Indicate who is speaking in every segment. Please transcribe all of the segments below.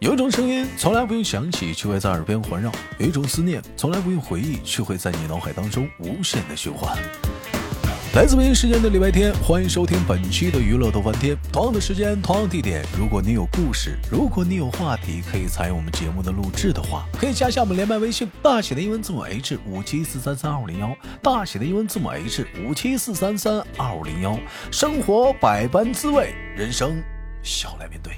Speaker 1: 有一种声音从来不用响起，却会在耳边环绕；有一种思念从来不用回忆，却会在你脑海当中无限的循环。来自北京时间的礼拜天，欢迎收听本期的娱乐逗翻天。同样的时间，同样地点，如果你有故事，如果你有话题可以参与我们节目的录制的话，可以加一下我们连麦微信，大写的英文字母 H 五七四三三二五零幺，大写的英文字母 H 五七四三三二五零幺。生活百般滋味，人生笑来面对。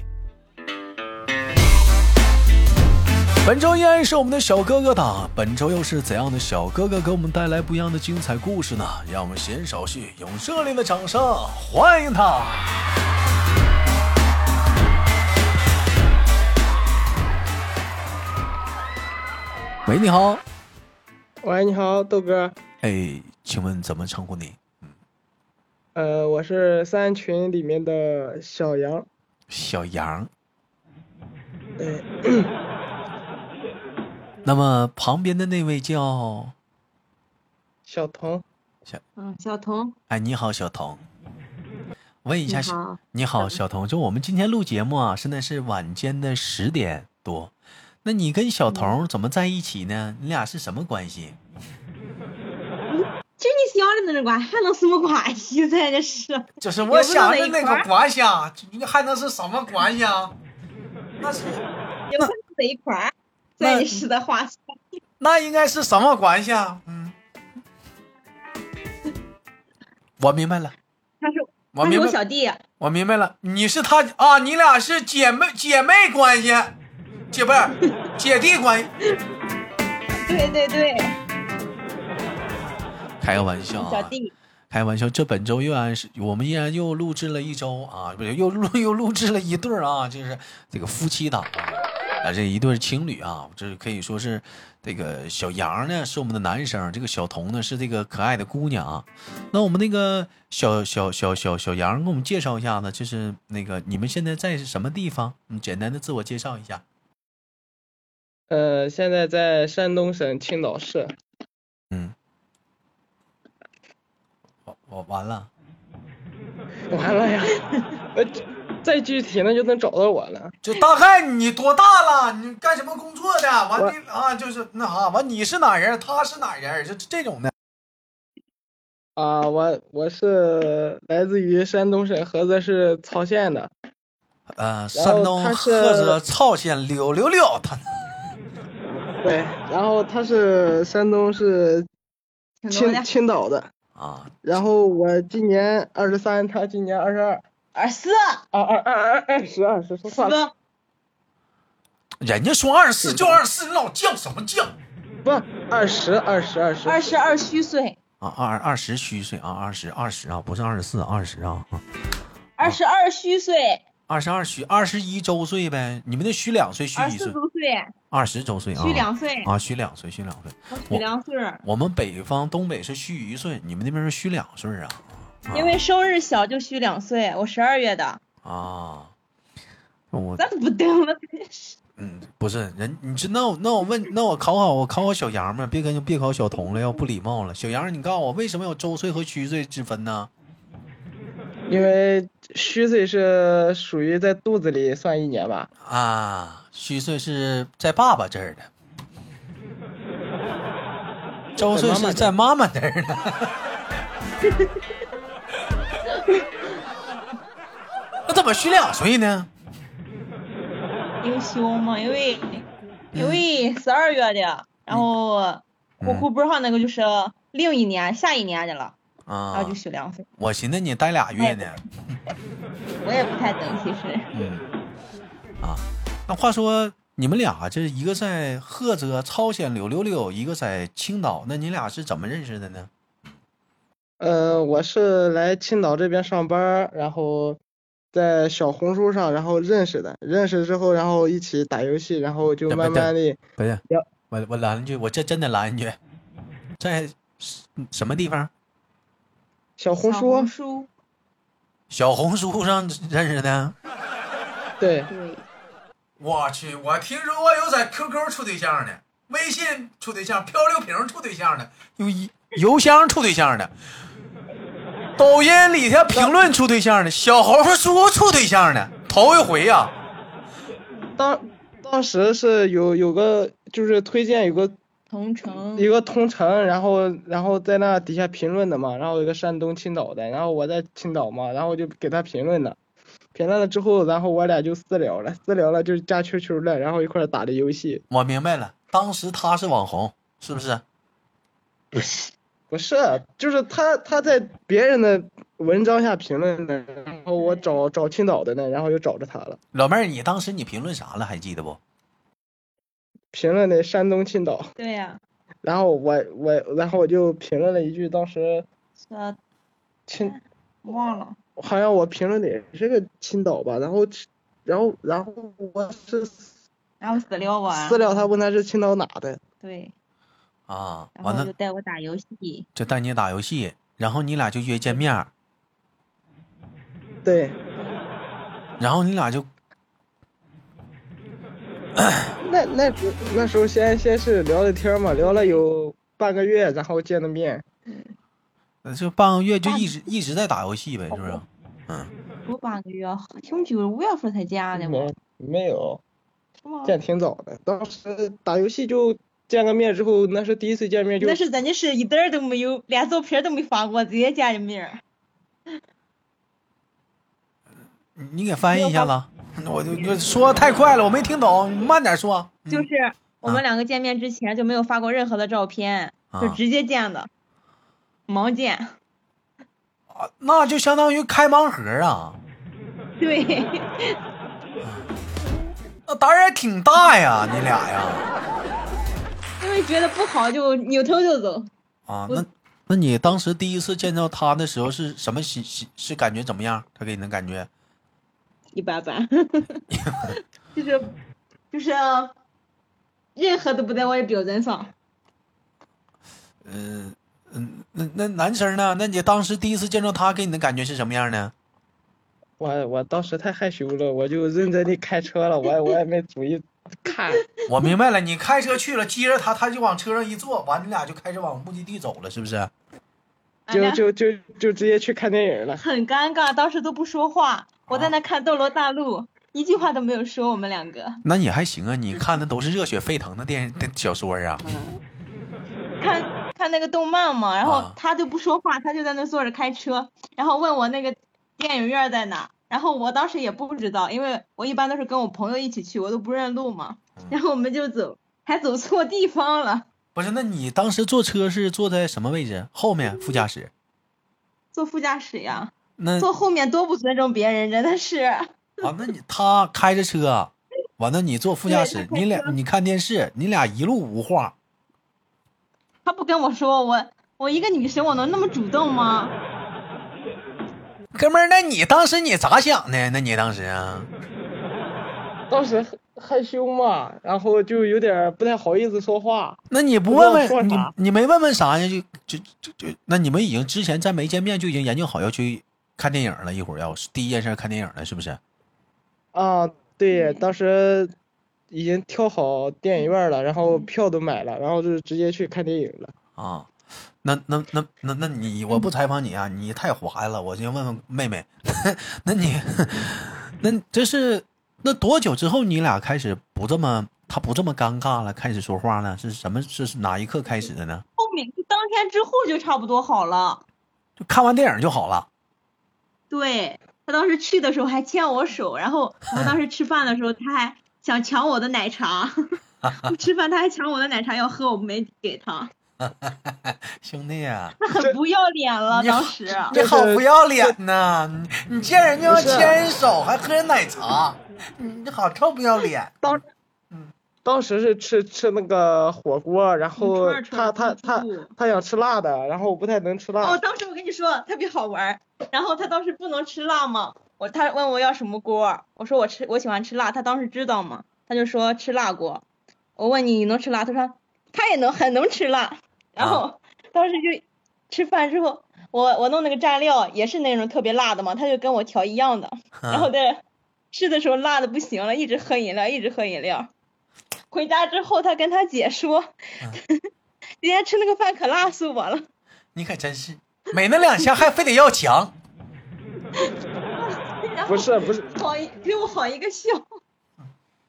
Speaker 1: 本周依然是我们的小哥哥党，本周又是怎样的小哥哥给我们带来不一样的精彩故事呢？让我们闲少叙，用热烈的掌声欢迎他！喂，你好，
Speaker 2: 喂，你好，豆哥。
Speaker 1: 哎，请问怎么称呼你？
Speaker 2: 呃，我是三群里面的小杨。
Speaker 1: 小杨。
Speaker 2: 对，
Speaker 1: 那么旁边的那位叫……
Speaker 2: 小童。
Speaker 3: 嗯，小童，
Speaker 1: 哎，你好，小童。问一
Speaker 3: 你
Speaker 1: 下小，
Speaker 3: 好。
Speaker 1: 你好，小童。就我们今天录节目啊，现在是晚间的十点多。那你跟
Speaker 3: 嗯
Speaker 1: 小童怎么在一起呢？你俩是什么关系？
Speaker 3: 就你想的那种关系，还能什么关系在这是？
Speaker 4: 就是
Speaker 3: 有
Speaker 4: 我
Speaker 3: 没有
Speaker 4: 想
Speaker 3: 在
Speaker 4: 的
Speaker 3: 一
Speaker 4: 那
Speaker 3: 块
Speaker 4: 个
Speaker 3: 儿
Speaker 4: 关系啊，你还能是什么关系啊？那是
Speaker 3: 也不能 在一块儿，
Speaker 4: 那
Speaker 3: 在一起的话，
Speaker 4: 那应该是什么关系啊？嗯，
Speaker 1: 我明白了，
Speaker 3: 他是
Speaker 4: 我
Speaker 3: 他是
Speaker 4: 明
Speaker 3: 我
Speaker 4: 白，
Speaker 3: 小弟，
Speaker 4: 我明白了，你是他啊，你俩是姐妹姐妹关系，姐不是姐弟关系。
Speaker 3: 对对对，
Speaker 1: 开个玩笑
Speaker 3: 小
Speaker 1: 啊，
Speaker 3: 弟，
Speaker 1: 开玩笑。这本周依然是我们依然又录制了一周啊，不是又录 又录制了一对儿啊，就是这个夫妻档啊，啊这一对儿情侣啊，这可以说是这个小杨呢是我们的男生，这个小童呢是这个可爱的姑娘啊。那我们那个小小小小小杨给我们介绍一下子，就是那个你们现在在是什么地方？嗯，简单的自我介绍一下。
Speaker 2: 呃，现在在山东省青岛市。
Speaker 1: 嗯，我我完了。
Speaker 2: 完了呀，呃，再具体那就能找到我了。
Speaker 4: 就大概你多大了？你干什么工作的？完你啊，就是那啥、完你是哪人？他是哪人？就这种的。
Speaker 2: 啊，我我是来自于山东省菏泽市曹县的。
Speaker 1: 呃，
Speaker 2: 然
Speaker 1: 山
Speaker 2: 后
Speaker 1: 东
Speaker 2: 他
Speaker 1: 菏
Speaker 2: 是
Speaker 1: 泽曹县柳柳柳，他
Speaker 2: 对，然后他是山东是
Speaker 3: 成龙
Speaker 2: 青
Speaker 3: 的
Speaker 2: 青岛的。
Speaker 1: 啊，
Speaker 2: 然后我今年二十三，他今年二十二，
Speaker 3: 二四，
Speaker 2: 啊二二二二十二十，说错了。
Speaker 3: 哥，
Speaker 1: 人家说二十四
Speaker 4: 就
Speaker 1: 就二
Speaker 4: 二十四，你老犟什么犟？
Speaker 2: 不，二十，二十，二十，
Speaker 3: 二十二虚岁，
Speaker 1: 啊二二十虚岁啊，二十二十啊，不是二十四，二十啊，啊
Speaker 3: 二十二虚岁，
Speaker 1: 二十二虚二十一周岁呗，你们那虚两岁虚
Speaker 3: 二
Speaker 1: 一
Speaker 3: 十四
Speaker 1: 岁，
Speaker 3: 周岁，
Speaker 1: 二十周岁啊，
Speaker 3: 虚两岁，
Speaker 1: 啊虚两岁虚两岁，
Speaker 3: 我虚两岁儿，
Speaker 1: 我们北方东北是虚一岁，你们那边是虚两岁啊
Speaker 3: 因为生日小就虚两岁，我十二月的，
Speaker 1: 啊，我
Speaker 3: 咋都不等了？
Speaker 1: 嗯不是人，你知那我那我问那我考考我考考小杨们，别跟别考小童了，要不礼貌了。小杨，你告诉我为什么有周岁和虚岁之分呢？
Speaker 2: 因为虚岁是属于在肚子里算一年吧，
Speaker 1: 啊，虚岁是在爸爸这儿的，周岁是在妈妈那儿的。 那怎么虚两岁呢？
Speaker 3: 因为凶嘛，因为
Speaker 2: 嗯
Speaker 3: 因为十二月的，然后我
Speaker 2: 嗯
Speaker 3: 户本上那个就是另一年下一年的了，然
Speaker 1: 啊
Speaker 3: 后就，虚两岁，
Speaker 1: 我寻思你待俩月呢。
Speaker 3: 我也不太懂其实。
Speaker 1: 嗯，啊，那话说你们俩这一个在菏泽曹县柳柳柳，一个在青岛，那你俩是怎么认识的呢？
Speaker 2: 呃，我是来青岛这边上班儿，然后在小红书上，然后认识的，认识之后，然后一起打游戏，然后就
Speaker 1: 对不
Speaker 2: 慢慢的，
Speaker 1: 不是
Speaker 2: 呀，
Speaker 1: 我我拦一句，我这真的拦一句，在什么地方？
Speaker 2: 小红
Speaker 3: 小
Speaker 2: 书
Speaker 3: 红，书，
Speaker 1: 小红书上认识的，
Speaker 2: 对，
Speaker 3: 对，
Speaker 4: 我去，我听说过有在 QQ 处对象的，微信处对象，漂流瓶处对象的，
Speaker 1: 有一邮箱处对象的，抖音里头评论处啊对象的，小红书处对象的，头一回呀、
Speaker 2: 当当时是有有个就是推荐有个
Speaker 3: 同城
Speaker 2: 一个同城，然后然后在那底下评论的嘛，然后有个山东青岛的，然后我在青岛嘛，然后我就给他评论的，评论了之后，然后我俩就私聊了，私聊了就加 QQ 了，然后一块儿打的游戏。
Speaker 1: 我明白了，当时他是网红，是不是？
Speaker 2: 不是，就是他他在别人的文章下评论的，然后我找找青岛的呢，然后又找着他了，
Speaker 1: 老妹儿，你当时你评论啥了？还记得不？
Speaker 2: 评论的山东青岛，
Speaker 3: 对呀、
Speaker 2: 然后我我然后我就评论了一句，当时
Speaker 3: 呃，
Speaker 2: 青
Speaker 3: 忘了，
Speaker 2: 好像我评论的也是个青岛吧，然后然后然后我是
Speaker 3: 然后私聊完，
Speaker 2: 私聊他问他是青岛哪的，
Speaker 3: 对，
Speaker 1: 啊，
Speaker 3: 然
Speaker 1: 完
Speaker 3: 后
Speaker 1: 了
Speaker 3: 就，带我打游戏，
Speaker 1: 就带你打游戏，然后你俩就约见面儿，
Speaker 2: 对，
Speaker 1: 然后你俩就
Speaker 2: 那那时那时候先先是聊的天嘛，聊了有半个月，然后见的面，
Speaker 1: 呃就半个月就一直一直在打游戏呗，是不是？
Speaker 3: 多半个月，挺久，五月份才加的我
Speaker 2: 没，没有
Speaker 3: 是吗？
Speaker 2: 嗯见挺早的，当时打游戏就见个面之后，那是第一次见面就
Speaker 3: 那是咱家是一点儿都没有，连照片都没发过，直接加的名儿。
Speaker 1: 你给翻译一下子，我就就说太快了，我没听懂，你慢点说。嗯
Speaker 3: 就是我们两个见面之前就没有发过任何的照片，
Speaker 1: 啊
Speaker 3: 就直接见的，盲见。
Speaker 1: 啊那就相当于开盲盒啊，
Speaker 3: 对，
Speaker 1: 那胆儿也挺大呀，你俩呀，
Speaker 3: 因为觉得不好就扭头就走，
Speaker 1: 啊，
Speaker 3: 我
Speaker 1: 那那你当时第一次见到他的时候是什么心心是感觉怎么样？他给你的感觉
Speaker 3: 一般般。 就是就是，任何都不在我的标准上。
Speaker 1: 嗯嗯，那那男生呢？那你当时第一次见到他，给你的感觉是什么样呢？
Speaker 2: 我我当时太害羞了，我就认真的开车了，我也我也没注意看，
Speaker 1: 我明白了，你开车去了，接着他，他就往车上一坐，完你俩就开始往目的地走了，是不是？
Speaker 3: 俺
Speaker 2: 就
Speaker 3: 俩
Speaker 2: 就就就直接去看电影了。
Speaker 3: 哎很尴尬，当时都不说话，我在那看《斗罗大陆》，一句话都没有说，我们两个
Speaker 1: 那也还行啊，你看的都是热血沸腾的电电小说啊，
Speaker 3: 看 看那个动漫嘛，然
Speaker 1: 啊
Speaker 3: 后他就不说话，他就在那坐着开车，然后问我那个电影院在哪，然后我当时也不知道，因为我一般都是跟我朋友一起去，我都不认路嘛， 然后我们就走，还走错地方了，
Speaker 1: 不是？那你当时坐车是坐在什么位置？后面副驾驶？
Speaker 3: 坐副驾驶呀，
Speaker 1: 那
Speaker 3: 坐后面多不尊重别人，真的是，
Speaker 1: 啊，那你他开着车，啊完了你坐副驾驶，
Speaker 3: 对
Speaker 1: 你
Speaker 3: 他开
Speaker 1: 俩
Speaker 3: 车
Speaker 1: 你看电视，你俩一路无话，
Speaker 3: 他不跟我说，我我一个女生我能那么主动吗？
Speaker 1: 哥们儿，那你当时你咋想的？那你当时啊？
Speaker 2: 当时害害羞嘛，然后就有点不太好意思说话。
Speaker 1: 那你不
Speaker 2: 不知道
Speaker 1: 问问
Speaker 2: 说
Speaker 1: 你
Speaker 2: 啥，
Speaker 1: 你没问问啥呀？就就就就，那你们已经之前在没见面就已经研究好要去看电影了，一会儿要第一件事看电影了，是不是？
Speaker 2: 啊，对，
Speaker 3: 对
Speaker 2: 当时已经挑好电影院了，然后票都买了，然后就直接去看电影了。
Speaker 1: 啊，那那那那那你，我不采访你啊，你太滑了，我先问问妹 妹，那你， 那这是那多久之后你俩开始不这么，他不这么尴尬了，开始说话了？是什么？是哪一刻开始的呢？
Speaker 3: 后面就当天之后就差不多好了。
Speaker 1: 就看完电影就好了。
Speaker 3: 对他当时去的时候还牵我手，然后我们当时吃饭的时候他还想抢我的奶茶， 我吃饭他还抢我的奶茶要喝，我没给他，
Speaker 1: 兄弟啊，
Speaker 3: 他很不要脸了。
Speaker 1: 你
Speaker 3: 当时啊
Speaker 1: 这好不要脸呐！你你见人就要
Speaker 2: 不是
Speaker 1: 牵人手，还喝人奶茶，你这好臭不要脸！
Speaker 2: 当，当时是吃吃那个火锅，然后
Speaker 3: 串
Speaker 2: 他
Speaker 3: 串
Speaker 2: 他他
Speaker 3: 自助
Speaker 2: 他想吃辣的，然后我不太能吃
Speaker 3: 哦，
Speaker 2: 辣，
Speaker 3: 当时我跟你说特别好玩儿，然后他当时不能吃辣嘛，我他问我要什么锅儿，我说我吃我喜欢吃辣，他当时知道嘛，他就说吃辣锅，我问你你能吃辣，他说他也能很能吃辣，然后 当时就吃饭之后，我我弄那个蘸料也是那种特别辣的嘛，他就跟我调一样的，
Speaker 1: 嗯
Speaker 3: 然后在吃的时候辣的不行了，一直喝饮料，一直喝饮料。回家之后，他跟他姐说， 今天吃那个饭可辣死我了。
Speaker 1: 你可真是美那两下，还非得要强。
Speaker 3: 然后
Speaker 2: 不是不是，
Speaker 3: 好一给我好一个笑。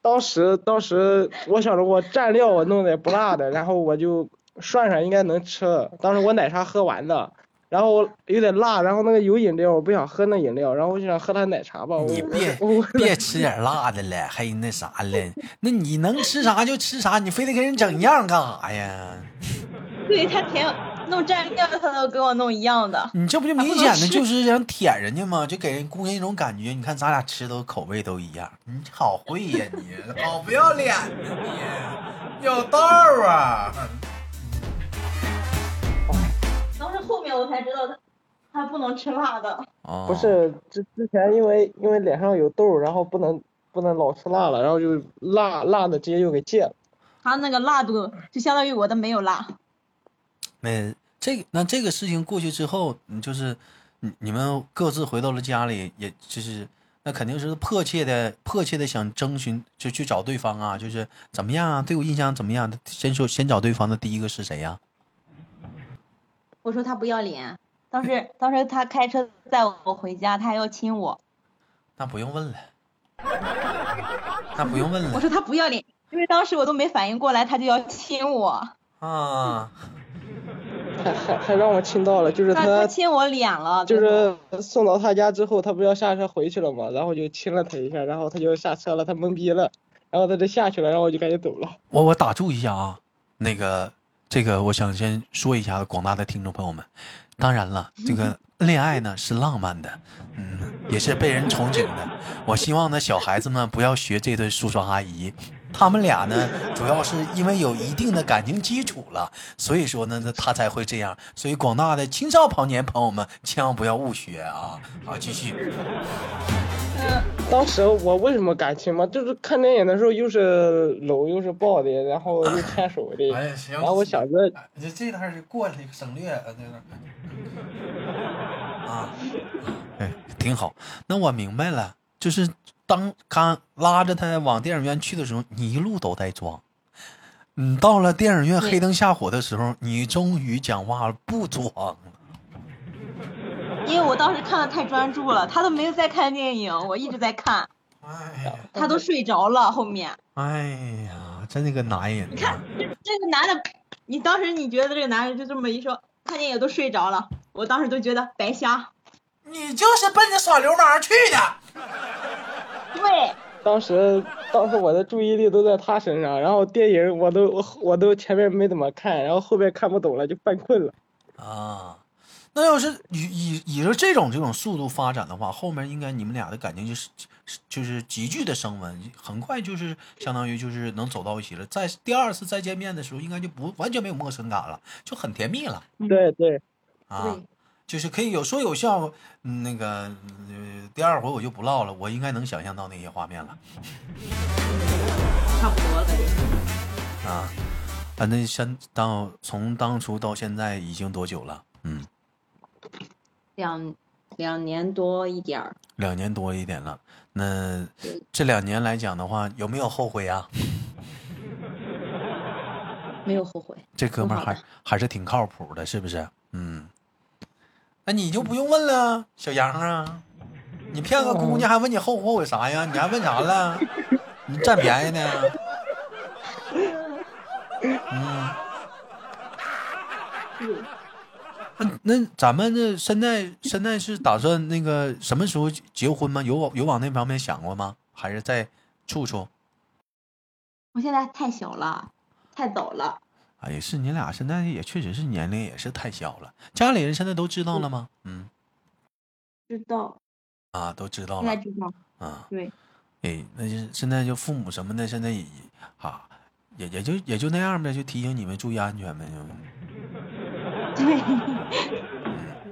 Speaker 2: 当时当时我想着我蘸料我弄的也不辣的，然后我就涮涮应该能吃了。当时我奶茶喝完的，然后我有点辣，然后那个有饮料我不想喝那饮料，然后我就想喝他奶茶吧。我
Speaker 1: 你别
Speaker 2: 我我
Speaker 1: 别吃点辣的了，还那啥了？那你能吃啥就吃啥，你非得跟人整样干啥呀？
Speaker 3: 对他舔弄蘸料，他都给我弄一样的。
Speaker 1: 你这不就明显的就是想舔人家吗？就给人供人一种感觉。你看咱俩吃都口味都一样，你好会呀、你，好不要脸呢、你，有道儿啊！
Speaker 3: 当时后面我才知道他他不能吃辣的。
Speaker 1: 哦
Speaker 2: 不是之之前因为因为脸上有痘儿，然后不能不能老吃辣了，然后就辣辣的直接就给戒了。
Speaker 3: 他那个辣度就相当于我的没有辣。
Speaker 1: 那这个那这个事情过去之后，嗯就是你你们各自回到了家里，也就是那肯定是迫切的迫切的想征询，就去找对方啊，就是怎么样啊，对我印象怎么样？先说先找对方的第一个是谁呀、
Speaker 3: 我说他不要脸，当时当时他开车载我回家，他还要亲我。
Speaker 1: 那不用问了，那不用问
Speaker 3: 我
Speaker 1: 了
Speaker 3: 说他不要脸，因为当时我都没反应过来，他就要亲我，
Speaker 1: 啊！
Speaker 2: 还还还让我亲到了，就是
Speaker 3: 他 他
Speaker 2: 他
Speaker 3: 亲我脸了，
Speaker 2: 就是送到他家之后，他不要下车回去了嘛，然后就亲了他一下，然后他就下车了，他懵逼了，然后他就下去了，然后我就赶紧走了。
Speaker 1: 我我打住一下啊，那个这个我想先说一下广大的听众朋友们，当然了，这个恋爱呢是浪漫的，嗯，也是被人憧憬的。我希望呢小孩子们不要学这对叔叔阿姨。他们俩呢，主要是因为有一定的感情基础了，所以说呢，他才会这样。所以广大的青少年年朋友们，千万不要误学啊！好，继续。
Speaker 2: 当时我为什么敢亲嘛，就是看电影的时候又是搂又是抱的，然后又牵手的，
Speaker 1: 哎，行。
Speaker 2: 然后我想着
Speaker 1: 这这段就过了，省略啊，这段。啊，哎，挺好。那我明白了，就是当刚拉着他往电影院去的时候，你一路都在装。你到了电影院黑灯瞎火的时候，你终于讲话了，不装了。
Speaker 3: 因为我当时看的太专注了，他都没有在看电影，我一直在看，
Speaker 1: 哎呀，
Speaker 3: 他都睡着了。后面
Speaker 1: 哎呀，真那个男人啊呐、
Speaker 3: 这个男的，你当时你觉得这个男人就这么一说，看电影都睡着了，我当时都觉得白瞎。
Speaker 1: 你就是奔着耍流氓去的。
Speaker 3: 对，
Speaker 2: 当时当时我的注意力都在他身上，然后电影我都我我都前面没怎么看，然后后面看不懂了就犯困了。
Speaker 1: 啊，那要是以以以着这种这种速度发展的话，后面应该你们俩的感情就是是就是急剧的升温，很快就是相当于就是能走到一起了。再第二次再见面的时候，应该就不完全没有陌生感了，就很甜蜜了
Speaker 3: 嗯
Speaker 2: 对对，
Speaker 1: 啊
Speaker 3: 对，
Speaker 1: 就是可以有说有笑。嗯那个、呃第二回我就不唠了，我应该能想象到那些画面了
Speaker 3: 差不多了。
Speaker 1: 啊。反正先到从当初到现在已经多久了？嗯。
Speaker 3: 两两年多一点儿，
Speaker 1: 两年多一点了。那这两年来讲的话，有没有后悔啊？
Speaker 3: 没有后悔。
Speaker 1: 这哥们儿还
Speaker 3: 挺
Speaker 1: 还是挺靠谱的，是不是？嗯，那你就不用问了，小杨啊，你骗个姑娘还问你后不后悔啥呀？你还问啥了？你占便宜呢？嗯，那那咱们这现在现在是打算那个什么时候结婚吗？有往有往那方面想过吗？还是在处处？
Speaker 3: 我现在太小了，太早了。
Speaker 1: 哎，也是你俩现在也确实是年龄也是太小了，家里人现在都知道了吗？嗯，
Speaker 3: 知道，
Speaker 1: 啊，都知道
Speaker 3: 现在
Speaker 1: 了
Speaker 3: 知道，
Speaker 1: 啊。
Speaker 3: 对，
Speaker 1: 哎，那就是现在就父母什么的，现在也啊，也也就也就那样呗，就提醒你们注意安全呗。就
Speaker 3: 对，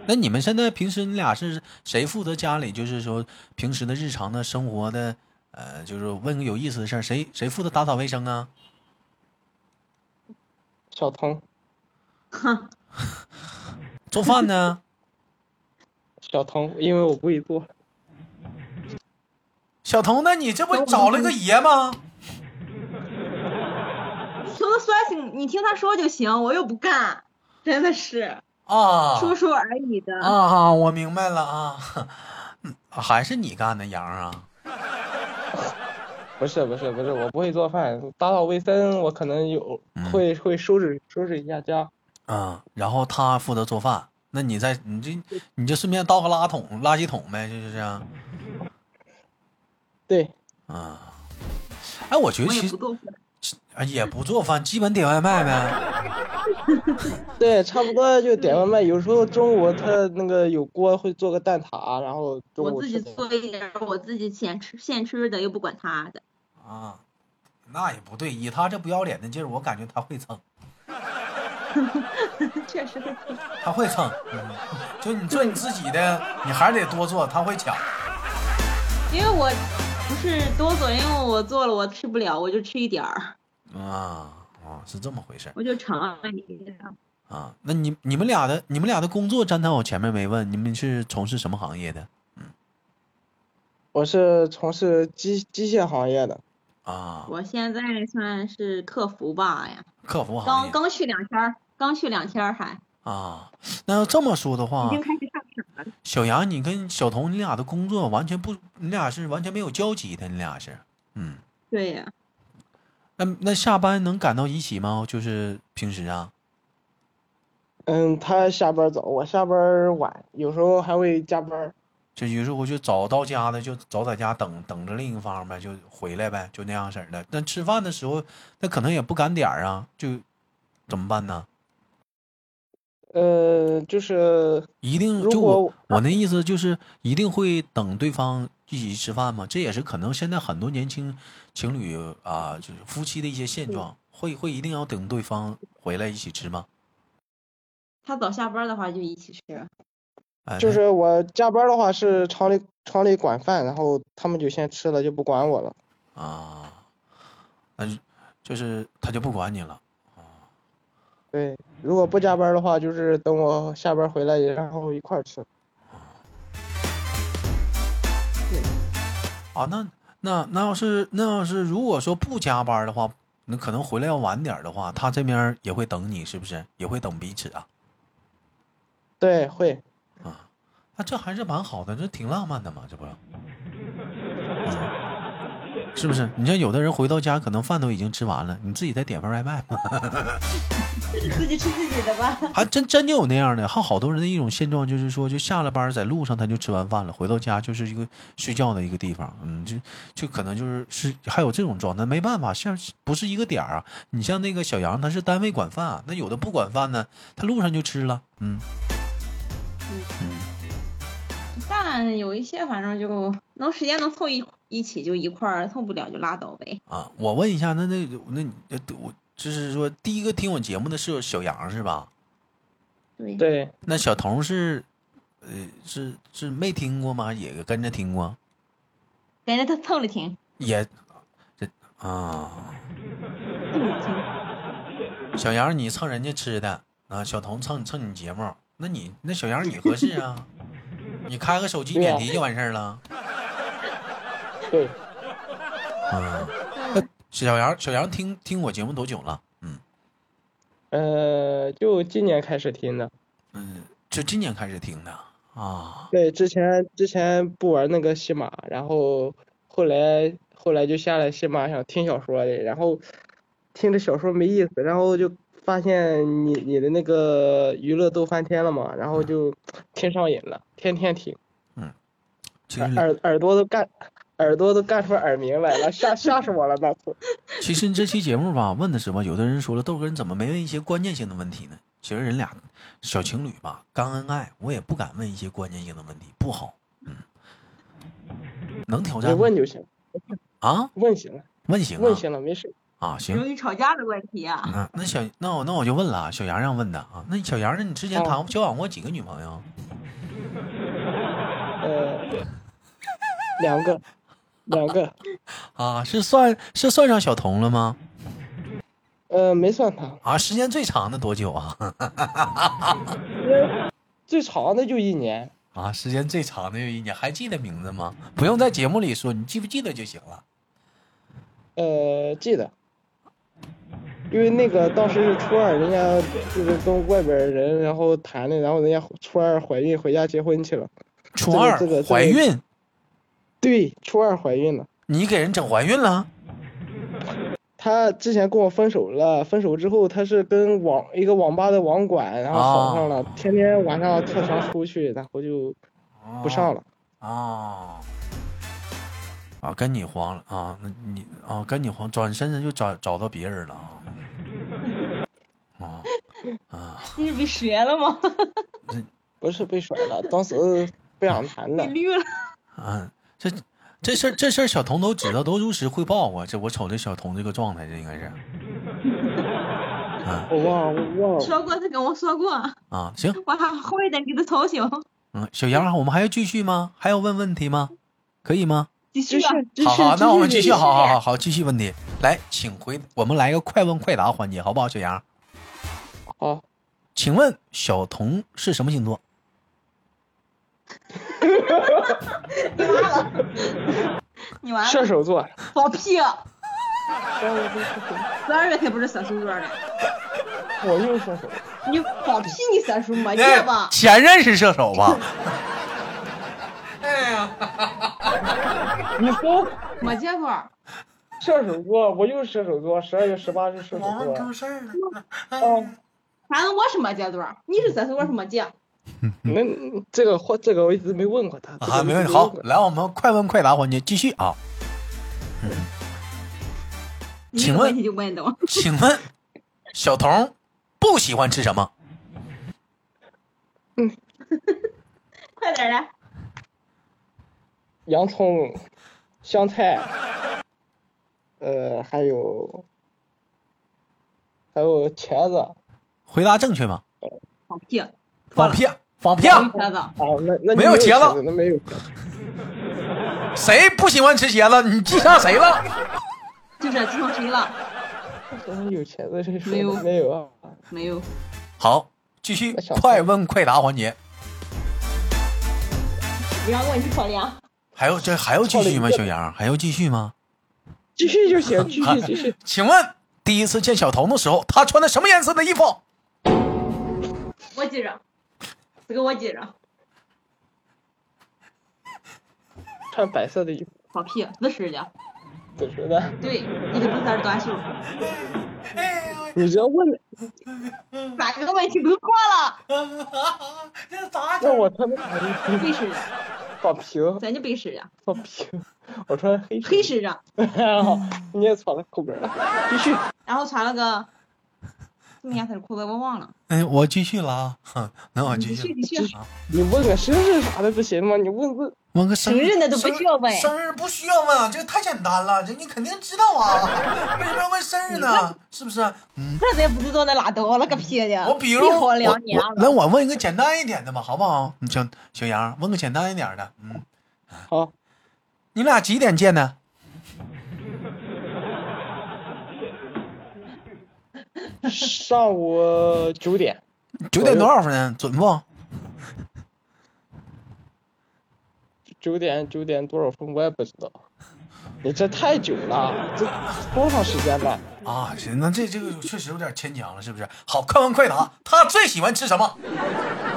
Speaker 1: 那你们现在平时你俩是谁负责家里？就是说平时的日常的生活的，呃，就是问个有意思的事儿，谁谁负责打扫卫生啊？
Speaker 2: 小童
Speaker 3: 哼，
Speaker 1: 做饭呢？
Speaker 2: 小童，因为我不会做，
Speaker 1: 小童，那你这不找了个爷吗？
Speaker 3: 你头都酸醒，你听他说就行，我又不干，真的是
Speaker 1: 啊，
Speaker 3: 说说而已的。
Speaker 1: 啊，我明 白了啊，嗯还是你干的羊啊？
Speaker 2: 不是不是不是，我不会做饭，打扫卫生我可能有
Speaker 1: 嗯
Speaker 2: 会会收拾收拾一下家。
Speaker 1: 嗯，然后他负责做饭，那你在你这你就顺便倒个垃桶垃圾桶呗，就是这样。
Speaker 2: 对，
Speaker 1: 嗯，哎，我觉得
Speaker 3: 我也
Speaker 1: 其
Speaker 3: 不
Speaker 1: 实
Speaker 3: 够分。
Speaker 1: 啊也不做饭，基本点外卖呗。
Speaker 2: 对，差不多就点外卖。有时候中午他那个有锅会做个蛋挞，然后中
Speaker 3: 我
Speaker 2: 午
Speaker 3: 自
Speaker 2: 吃
Speaker 3: 己
Speaker 2: 点
Speaker 3: 做一点儿，我自己现吃现吃的，又不管他的。
Speaker 1: 啊，那也不对，以他这不要脸的劲儿，我感觉他会蹭，
Speaker 3: 确实会蹭，
Speaker 1: 他会蹭。嗯、就你做你自己的，你还得多做，他会抢。
Speaker 3: 因为我不是多做，因为我做了我吃不了，我就吃一点儿，
Speaker 1: 啊啊，是这么回事儿
Speaker 3: 我就尝了一点儿。
Speaker 1: 啊。那你你们俩的你们俩的工作，詹涛，我前面没问，你们是从事什么行业的
Speaker 2: 我是从事机机械行业的，
Speaker 1: 啊？
Speaker 3: 我现在算是客服吧哎呀，
Speaker 1: 客服行
Speaker 3: 刚
Speaker 1: 业
Speaker 3: 刚去两天儿，刚去两天儿还
Speaker 1: 啊。那要这么说的话
Speaker 3: 已，经开始上场了。
Speaker 1: 小杨，你跟小童，你俩的工作完全不，你俩是完全没有交集的，你俩是，嗯。
Speaker 3: 对呀、
Speaker 1: 那那下班能赶到一起吗？就是平时啊，
Speaker 2: 嗯，他下班早，我下班晚，有时候还会加班。
Speaker 1: 就有时候我就早到家的，就早在家等等着另一方呗，就回来呗，就那样式儿的。但吃饭的时候，那可能也不赶点儿啊，就怎么办呢？
Speaker 2: 呃，就是
Speaker 1: 一定
Speaker 2: 如
Speaker 1: 就
Speaker 2: 果
Speaker 1: 我我那意思就是一定会等对方一起吃饭吗？这也是可能现在很多年轻情侣啊、就是夫妻的一些
Speaker 2: 嗯
Speaker 1: 现状，会会一定要等对方回来一起吃吗？
Speaker 3: 他早下班的话就一起吃。
Speaker 1: 哎，
Speaker 2: 就
Speaker 1: 那
Speaker 2: 是我加班的话是厂里厂里管饭，然后他们就先吃了，就不管我了。
Speaker 1: 啊，嗯，就是他就不管你了
Speaker 2: 对，如果不加班的话，就是等我下班回来，然后一块儿吃。
Speaker 1: 啊。那那那要是那要是如果说不加班的话，那可能回来要晚点儿的话，他这边儿也会等你，是不是？也会等彼此啊
Speaker 2: 对，会。
Speaker 1: 啊。那这还是蛮好的，这挺浪漫的嘛，这不是？嗯是不是？你像有的人回到家，可能饭都已经吃完了，你自己再点份外卖嘛，
Speaker 3: 自己吃自己的吧。
Speaker 1: 还真真就有那样的。还好多人的一种现状就是说，就下了班儿在路上他就吃完饭了，回到家就是一个睡觉的一个地方，嗯，就就可能就是是还有这种状态，没办法，像是不是一个点儿啊。你像那个小杨，他是单位管饭，那有的不管饭呢，他路上就吃了，嗯
Speaker 3: 但有一些反正就能时间能凑一一起就一块儿，凑不了就拉倒呗。
Speaker 1: 啊。我问一下，那那那你呃我就是说，第一个听我节目的是小杨是吧？
Speaker 3: 对，
Speaker 2: 对，
Speaker 1: 那小童是，呃，是是没听过吗？也跟着听过，
Speaker 3: 人家他蹭着听，
Speaker 1: 也这啊。
Speaker 3: 蹭着听。
Speaker 1: 小杨，你蹭人家吃的啊，小童蹭蹭你节目，那你那小杨你合适啊？ 你开个手机免提就完事儿了。
Speaker 2: 对，
Speaker 1: 嗯，那小杨小杨听听我节目多久了？嗯
Speaker 2: 呃，就今年开始听的。
Speaker 1: 嗯，就今年开始听的啊
Speaker 2: 对，之前之前不玩那个戏码，然后后来后来就下来戏码，想听小说的，然后听着小说没意思，然后就发现你你的那个娱乐都翻天了嘛，然后就听上瘾了，天天听，
Speaker 1: 其
Speaker 2: 耳
Speaker 1: 实
Speaker 2: 耳耳朵都干耳朵都干出耳鸣来了，吓吓死我了那次。
Speaker 1: 其实这期节目吧，问的什么？有的人说了，豆哥你怎么没问一些关键性的问题呢？其实人俩小情侣吧，刚恩爱，我也不敢问一些关键性的问题，不好。嗯，能挑
Speaker 2: 你
Speaker 1: 战吗
Speaker 2: 问就行，
Speaker 1: 啊？
Speaker 2: 问行了，
Speaker 1: 问行
Speaker 2: 问
Speaker 1: 啊
Speaker 2: 行了，没事。
Speaker 1: 啊行。
Speaker 3: 容易吵架的问题啊。
Speaker 1: 那那小那我那我就问了啊，小杨让问的啊。那小杨，那你之前
Speaker 2: 哦
Speaker 1: 谈交往过几个女朋友？
Speaker 2: 呃，两个，两个，
Speaker 1: 啊，是算是算上小童了吗？
Speaker 2: 呃，没算他，
Speaker 1: 啊，时间最长的多久啊？
Speaker 2: 最长的就一年。
Speaker 1: 啊，时间最长的有一年，还记得名字吗？不用在节目里说，你记不记得就行了。
Speaker 2: 呃，记得，因为那个当时是初二，人家就是跟外边人然后谈的，然后人家初二怀孕回家结婚去了。
Speaker 1: 初二
Speaker 2: 这个这个
Speaker 1: 怀孕
Speaker 2: 对，初二怀孕了，
Speaker 1: 你给人整怀孕了？
Speaker 2: 他之前跟我分手了，分手之后他是跟网一个网吧的网管，然后好上了，天天晚上跳墙出去，然后就不上了。
Speaker 1: 哦，啊，跟你黄了啊，那你啊，跟你黄，转身就找找到别人了啊。啊啊，
Speaker 3: 你是被学了吗？
Speaker 2: 不是被甩了，当时不想谈
Speaker 3: 被
Speaker 2: 的。
Speaker 3: 绿了。
Speaker 1: 嗯，这这事儿这事儿小童都知道，都如实汇报啊。这我瞅这小童这个状态，这应该是
Speaker 2: 我忘了，我忘了。
Speaker 3: 说过，他跟我说过，
Speaker 1: 啊，行，
Speaker 3: 我还会的，你的头型。
Speaker 1: 嗯，小杨，我们还要继续吗？还要问问题吗？可以吗？
Speaker 3: 继
Speaker 2: 继
Speaker 3: 续
Speaker 2: 续
Speaker 3: 啊，，
Speaker 2: 继续
Speaker 1: 好好，那我们继续，
Speaker 2: 继续
Speaker 1: 好好好好，继续问题。来，请回，我们来个快问快答环节，好不好？小杨，
Speaker 2: 好，
Speaker 1: 请问小童是什么星座？
Speaker 3: 你完了，你完
Speaker 2: 射
Speaker 3: 了，
Speaker 2: 手座。
Speaker 3: 放屁！啊
Speaker 2: 射手座
Speaker 3: 十二月可不是三叔座的，
Speaker 2: 我又射手。
Speaker 3: 你放屁！你三叔
Speaker 1: 哎
Speaker 3: 嘛，夜吧？
Speaker 1: 前任是射手吧？
Speaker 2: 你搜
Speaker 3: 没见过。
Speaker 2: 射手座，我又射手座，十二月十八是射手座。
Speaker 1: 事儿了。
Speaker 2: 哦，
Speaker 3: 反正我是没见座儿，你是三叔，我是没见。
Speaker 2: 那这个话，这个我一直没问过他。这个我
Speaker 1: 啊，
Speaker 2: 一直
Speaker 1: 没问题。好
Speaker 2: 问，过
Speaker 1: 来，我们快问快答环节继续啊。
Speaker 3: 你
Speaker 1: 请
Speaker 3: 这个
Speaker 1: 问
Speaker 3: 问题就问的我，
Speaker 1: 请问小童不喜欢吃什么？
Speaker 3: 快点儿来，
Speaker 2: 洋葱、香菜，呃，还有还有茄子。啊
Speaker 1: 回答正确吗？
Speaker 3: 放屁！啊
Speaker 1: 放屁！放屁！
Speaker 3: 茄子，
Speaker 2: 哦，那那你
Speaker 1: 没有茄
Speaker 2: 茄
Speaker 1: 子
Speaker 2: 子，那没有。
Speaker 1: 谁不喜欢吃茄子？你记上谁了？
Speaker 3: 就是记上谁了？
Speaker 2: 怎么有茄子这说
Speaker 3: 没有
Speaker 2: 的没有啊？
Speaker 3: 没有。
Speaker 1: 好，继续
Speaker 2: 那小童
Speaker 1: 快问快答环节。
Speaker 3: 不要问你跑量，
Speaker 1: 还有这还要继续吗？小杨还要继续吗？
Speaker 2: 继续就行，继续继续。
Speaker 1: 请问第一次见小童的时候，他穿的什么颜色的衣服？
Speaker 3: 我记着，这个我记着。
Speaker 2: 穿白色的衣服，
Speaker 3: 放屁，啊自式的。
Speaker 2: 紫色的。
Speaker 3: 对，一个不三短袖。
Speaker 2: 你这问，
Speaker 3: 哪个问题都过了？
Speaker 1: 这咋
Speaker 2: 那我穿的啥衣服？
Speaker 3: 黑狮的，
Speaker 2: 放屁！
Speaker 3: 咱就白狮的，
Speaker 2: 放屁！我穿黑色
Speaker 3: 黑狮的，
Speaker 2: 你也穿了后边了。继续，
Speaker 3: 然后穿了个什么颜色的裤子我忘了。
Speaker 1: 嗯，我继续了啊。哼那我继
Speaker 3: 你
Speaker 1: 续
Speaker 3: 去，。你去，
Speaker 2: 你问个生日啥的不行吗？你问问
Speaker 1: 问个生
Speaker 3: 生日那都不需要问
Speaker 1: 生日不需要问，啊这个太简单了，这你肯定知道啊， 为什么要问生日呢？是不是？嗯，
Speaker 3: 这咱不知道那拉倒了个屁的。
Speaker 1: 我比如
Speaker 3: 你啊
Speaker 1: 我
Speaker 3: 好两
Speaker 1: 我
Speaker 3: 年
Speaker 1: 那
Speaker 3: 了，
Speaker 1: 我问一个简单一点的吧，好不好？你小小杨问个简单一点的，嗯，
Speaker 2: 好，
Speaker 1: 你俩几点见的？
Speaker 2: 上午九点，
Speaker 1: 九点多少分？准不？
Speaker 2: 九点九点多少分我也不知道。你这太久了，这多长时间了？
Speaker 1: 啊，行，那这这个确实有点牵强了，是不是？好，快问快答，他最喜欢吃什么？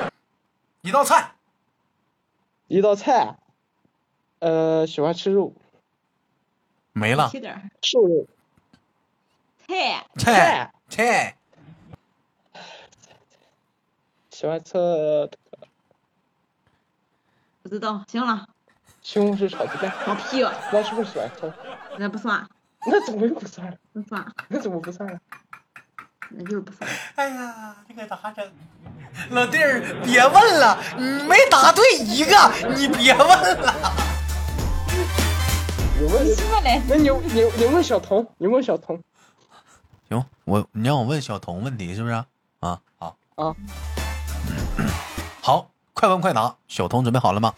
Speaker 1: 一道菜，
Speaker 2: 一道菜，呃，喜欢吃肉，
Speaker 1: 没了
Speaker 3: 七，点儿
Speaker 2: 瘦肉，
Speaker 3: 菜，
Speaker 1: 菜菜，
Speaker 2: 喜欢吃呃
Speaker 3: 不知道。行了，
Speaker 2: 西红柿炒鸡蛋。
Speaker 3: 放屁，
Speaker 2: 那是不是喜欢吃？
Speaker 3: 那不算，
Speaker 2: 那怎么又不算了？
Speaker 3: 不算，
Speaker 2: 那怎么不算了？
Speaker 3: 那就是不算。
Speaker 1: 哎呀，这个咋整？老弟儿，别问了，你没答对一个，你别问了。
Speaker 2: 你问
Speaker 3: 你，什么来？
Speaker 2: 那你你你问小童，你问小童
Speaker 1: 行，我你让我问小童问题是不是？啊，好，
Speaker 2: 啊，
Speaker 1: 好，快问快答，小童准备好了吗？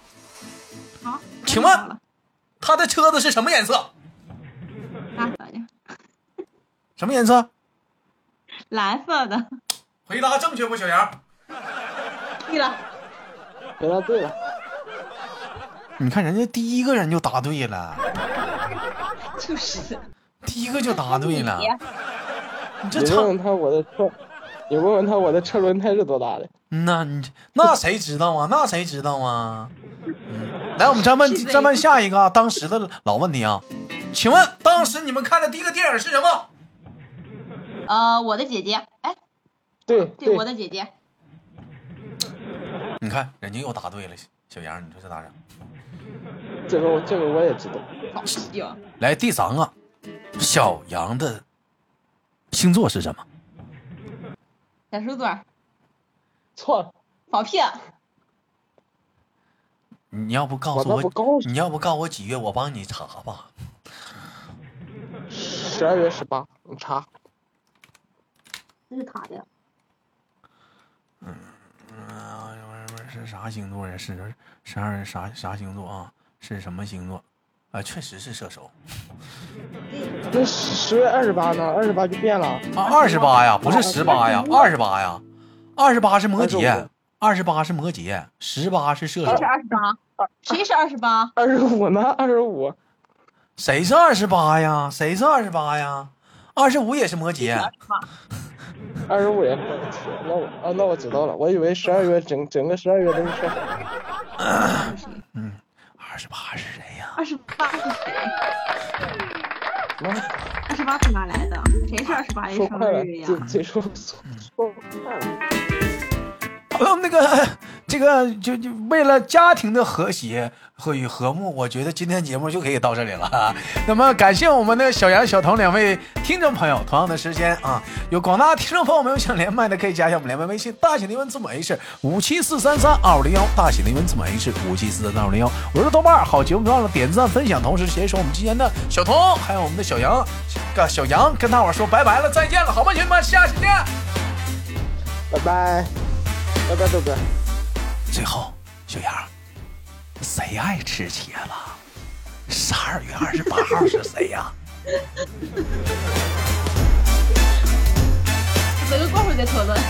Speaker 3: 好，
Speaker 1: 请问他的车子是什么颜色？
Speaker 3: 蓝色的，
Speaker 1: 什么颜色？
Speaker 3: 蓝色的。
Speaker 1: 回答正确不，小杨？
Speaker 3: 对了，
Speaker 2: 回答对了，
Speaker 1: 你看人家第一个人就答对了，
Speaker 3: 就是
Speaker 1: 第一个就答对了。你这啊
Speaker 2: 你
Speaker 1: 操
Speaker 2: 问问他我的车，你问问他我的车轮胎是多大的。
Speaker 1: 那你那谁知道啊？那谁知道啊？嗯，来，我们再问
Speaker 3: 是的
Speaker 1: 再问下一个啊，当时的老问题啊，请问当时你们看的第一个电影是什么？
Speaker 3: 呃，我的姐姐，哎，
Speaker 2: 对
Speaker 3: 对，我的姐哎姐，
Speaker 1: 你看人家又答对了，小杨，你说这咋整？
Speaker 2: 这个我这个我也知道。
Speaker 3: 好有
Speaker 1: 来第三个，小杨的星座是什么？
Speaker 3: 小数嘴儿，
Speaker 2: 错了，
Speaker 3: 放屁，
Speaker 1: 你要不告
Speaker 2: 我
Speaker 1: 诉
Speaker 2: 倒
Speaker 1: 我，嗯
Speaker 2: 不告诉
Speaker 1: 你要不告诉我几月，我帮你查吧。
Speaker 2: 十二月十八，你查。
Speaker 3: 这是他的，
Speaker 1: 啊，不是不是是啥星座呀？是十二月啥啥星座啊？是什么星座？啊，确实是射手
Speaker 2: 那十月二十八呢？二十八就变了。
Speaker 1: 啊，二十八呀，不是十八呀，二十八呀，二十八是摩羯
Speaker 2: 25，
Speaker 1: 二十八是摩羯，十八是射
Speaker 3: 谁
Speaker 1: 手
Speaker 3: 是，二十八？谁是二十八？
Speaker 2: 二十五呢？二十五，
Speaker 1: 谁是二十八呀？谁是二十八呀？二十五也是摩羯，
Speaker 2: 二十五也是我的天那我啊，那我知道了，我以为十二月整整个十二月都是射手。
Speaker 1: 二十八是谁呀？
Speaker 3: 二十八是谁？
Speaker 2: 那
Speaker 3: 二十八是哪来的？谁是二十八也
Speaker 2: 说
Speaker 3: 生
Speaker 2: 快了
Speaker 3: 日，呀？
Speaker 2: 嘴嘴说说快了。
Speaker 1: 呃，那个， 这个就就为了家庭的和谐和与和睦，我觉得今天节目就可以到这里了 啊。那么感谢我们的小杨、小童两位听众朋友，同样的时间啊，有广大听众朋友们有想连麦的，可以加一下我们连麦微信，大写的英文字母 H 五七四三三二五零幺，大写的英文字母 H 五七四三三二五零幺。我是豆瓣儿，好节目不要忘了点赞分享，同时携手我们今天的小童，还有我们的小杨，跟小杨跟大伙儿说拜拜了，再见了，好吗，兄弟们，下期见。
Speaker 2: 拜拜，拜拜，豆哥。
Speaker 1: 最后，小杨儿，谁爱吃茄子？十二月二十八号是谁呀、
Speaker 3: 每个光辉在讨论。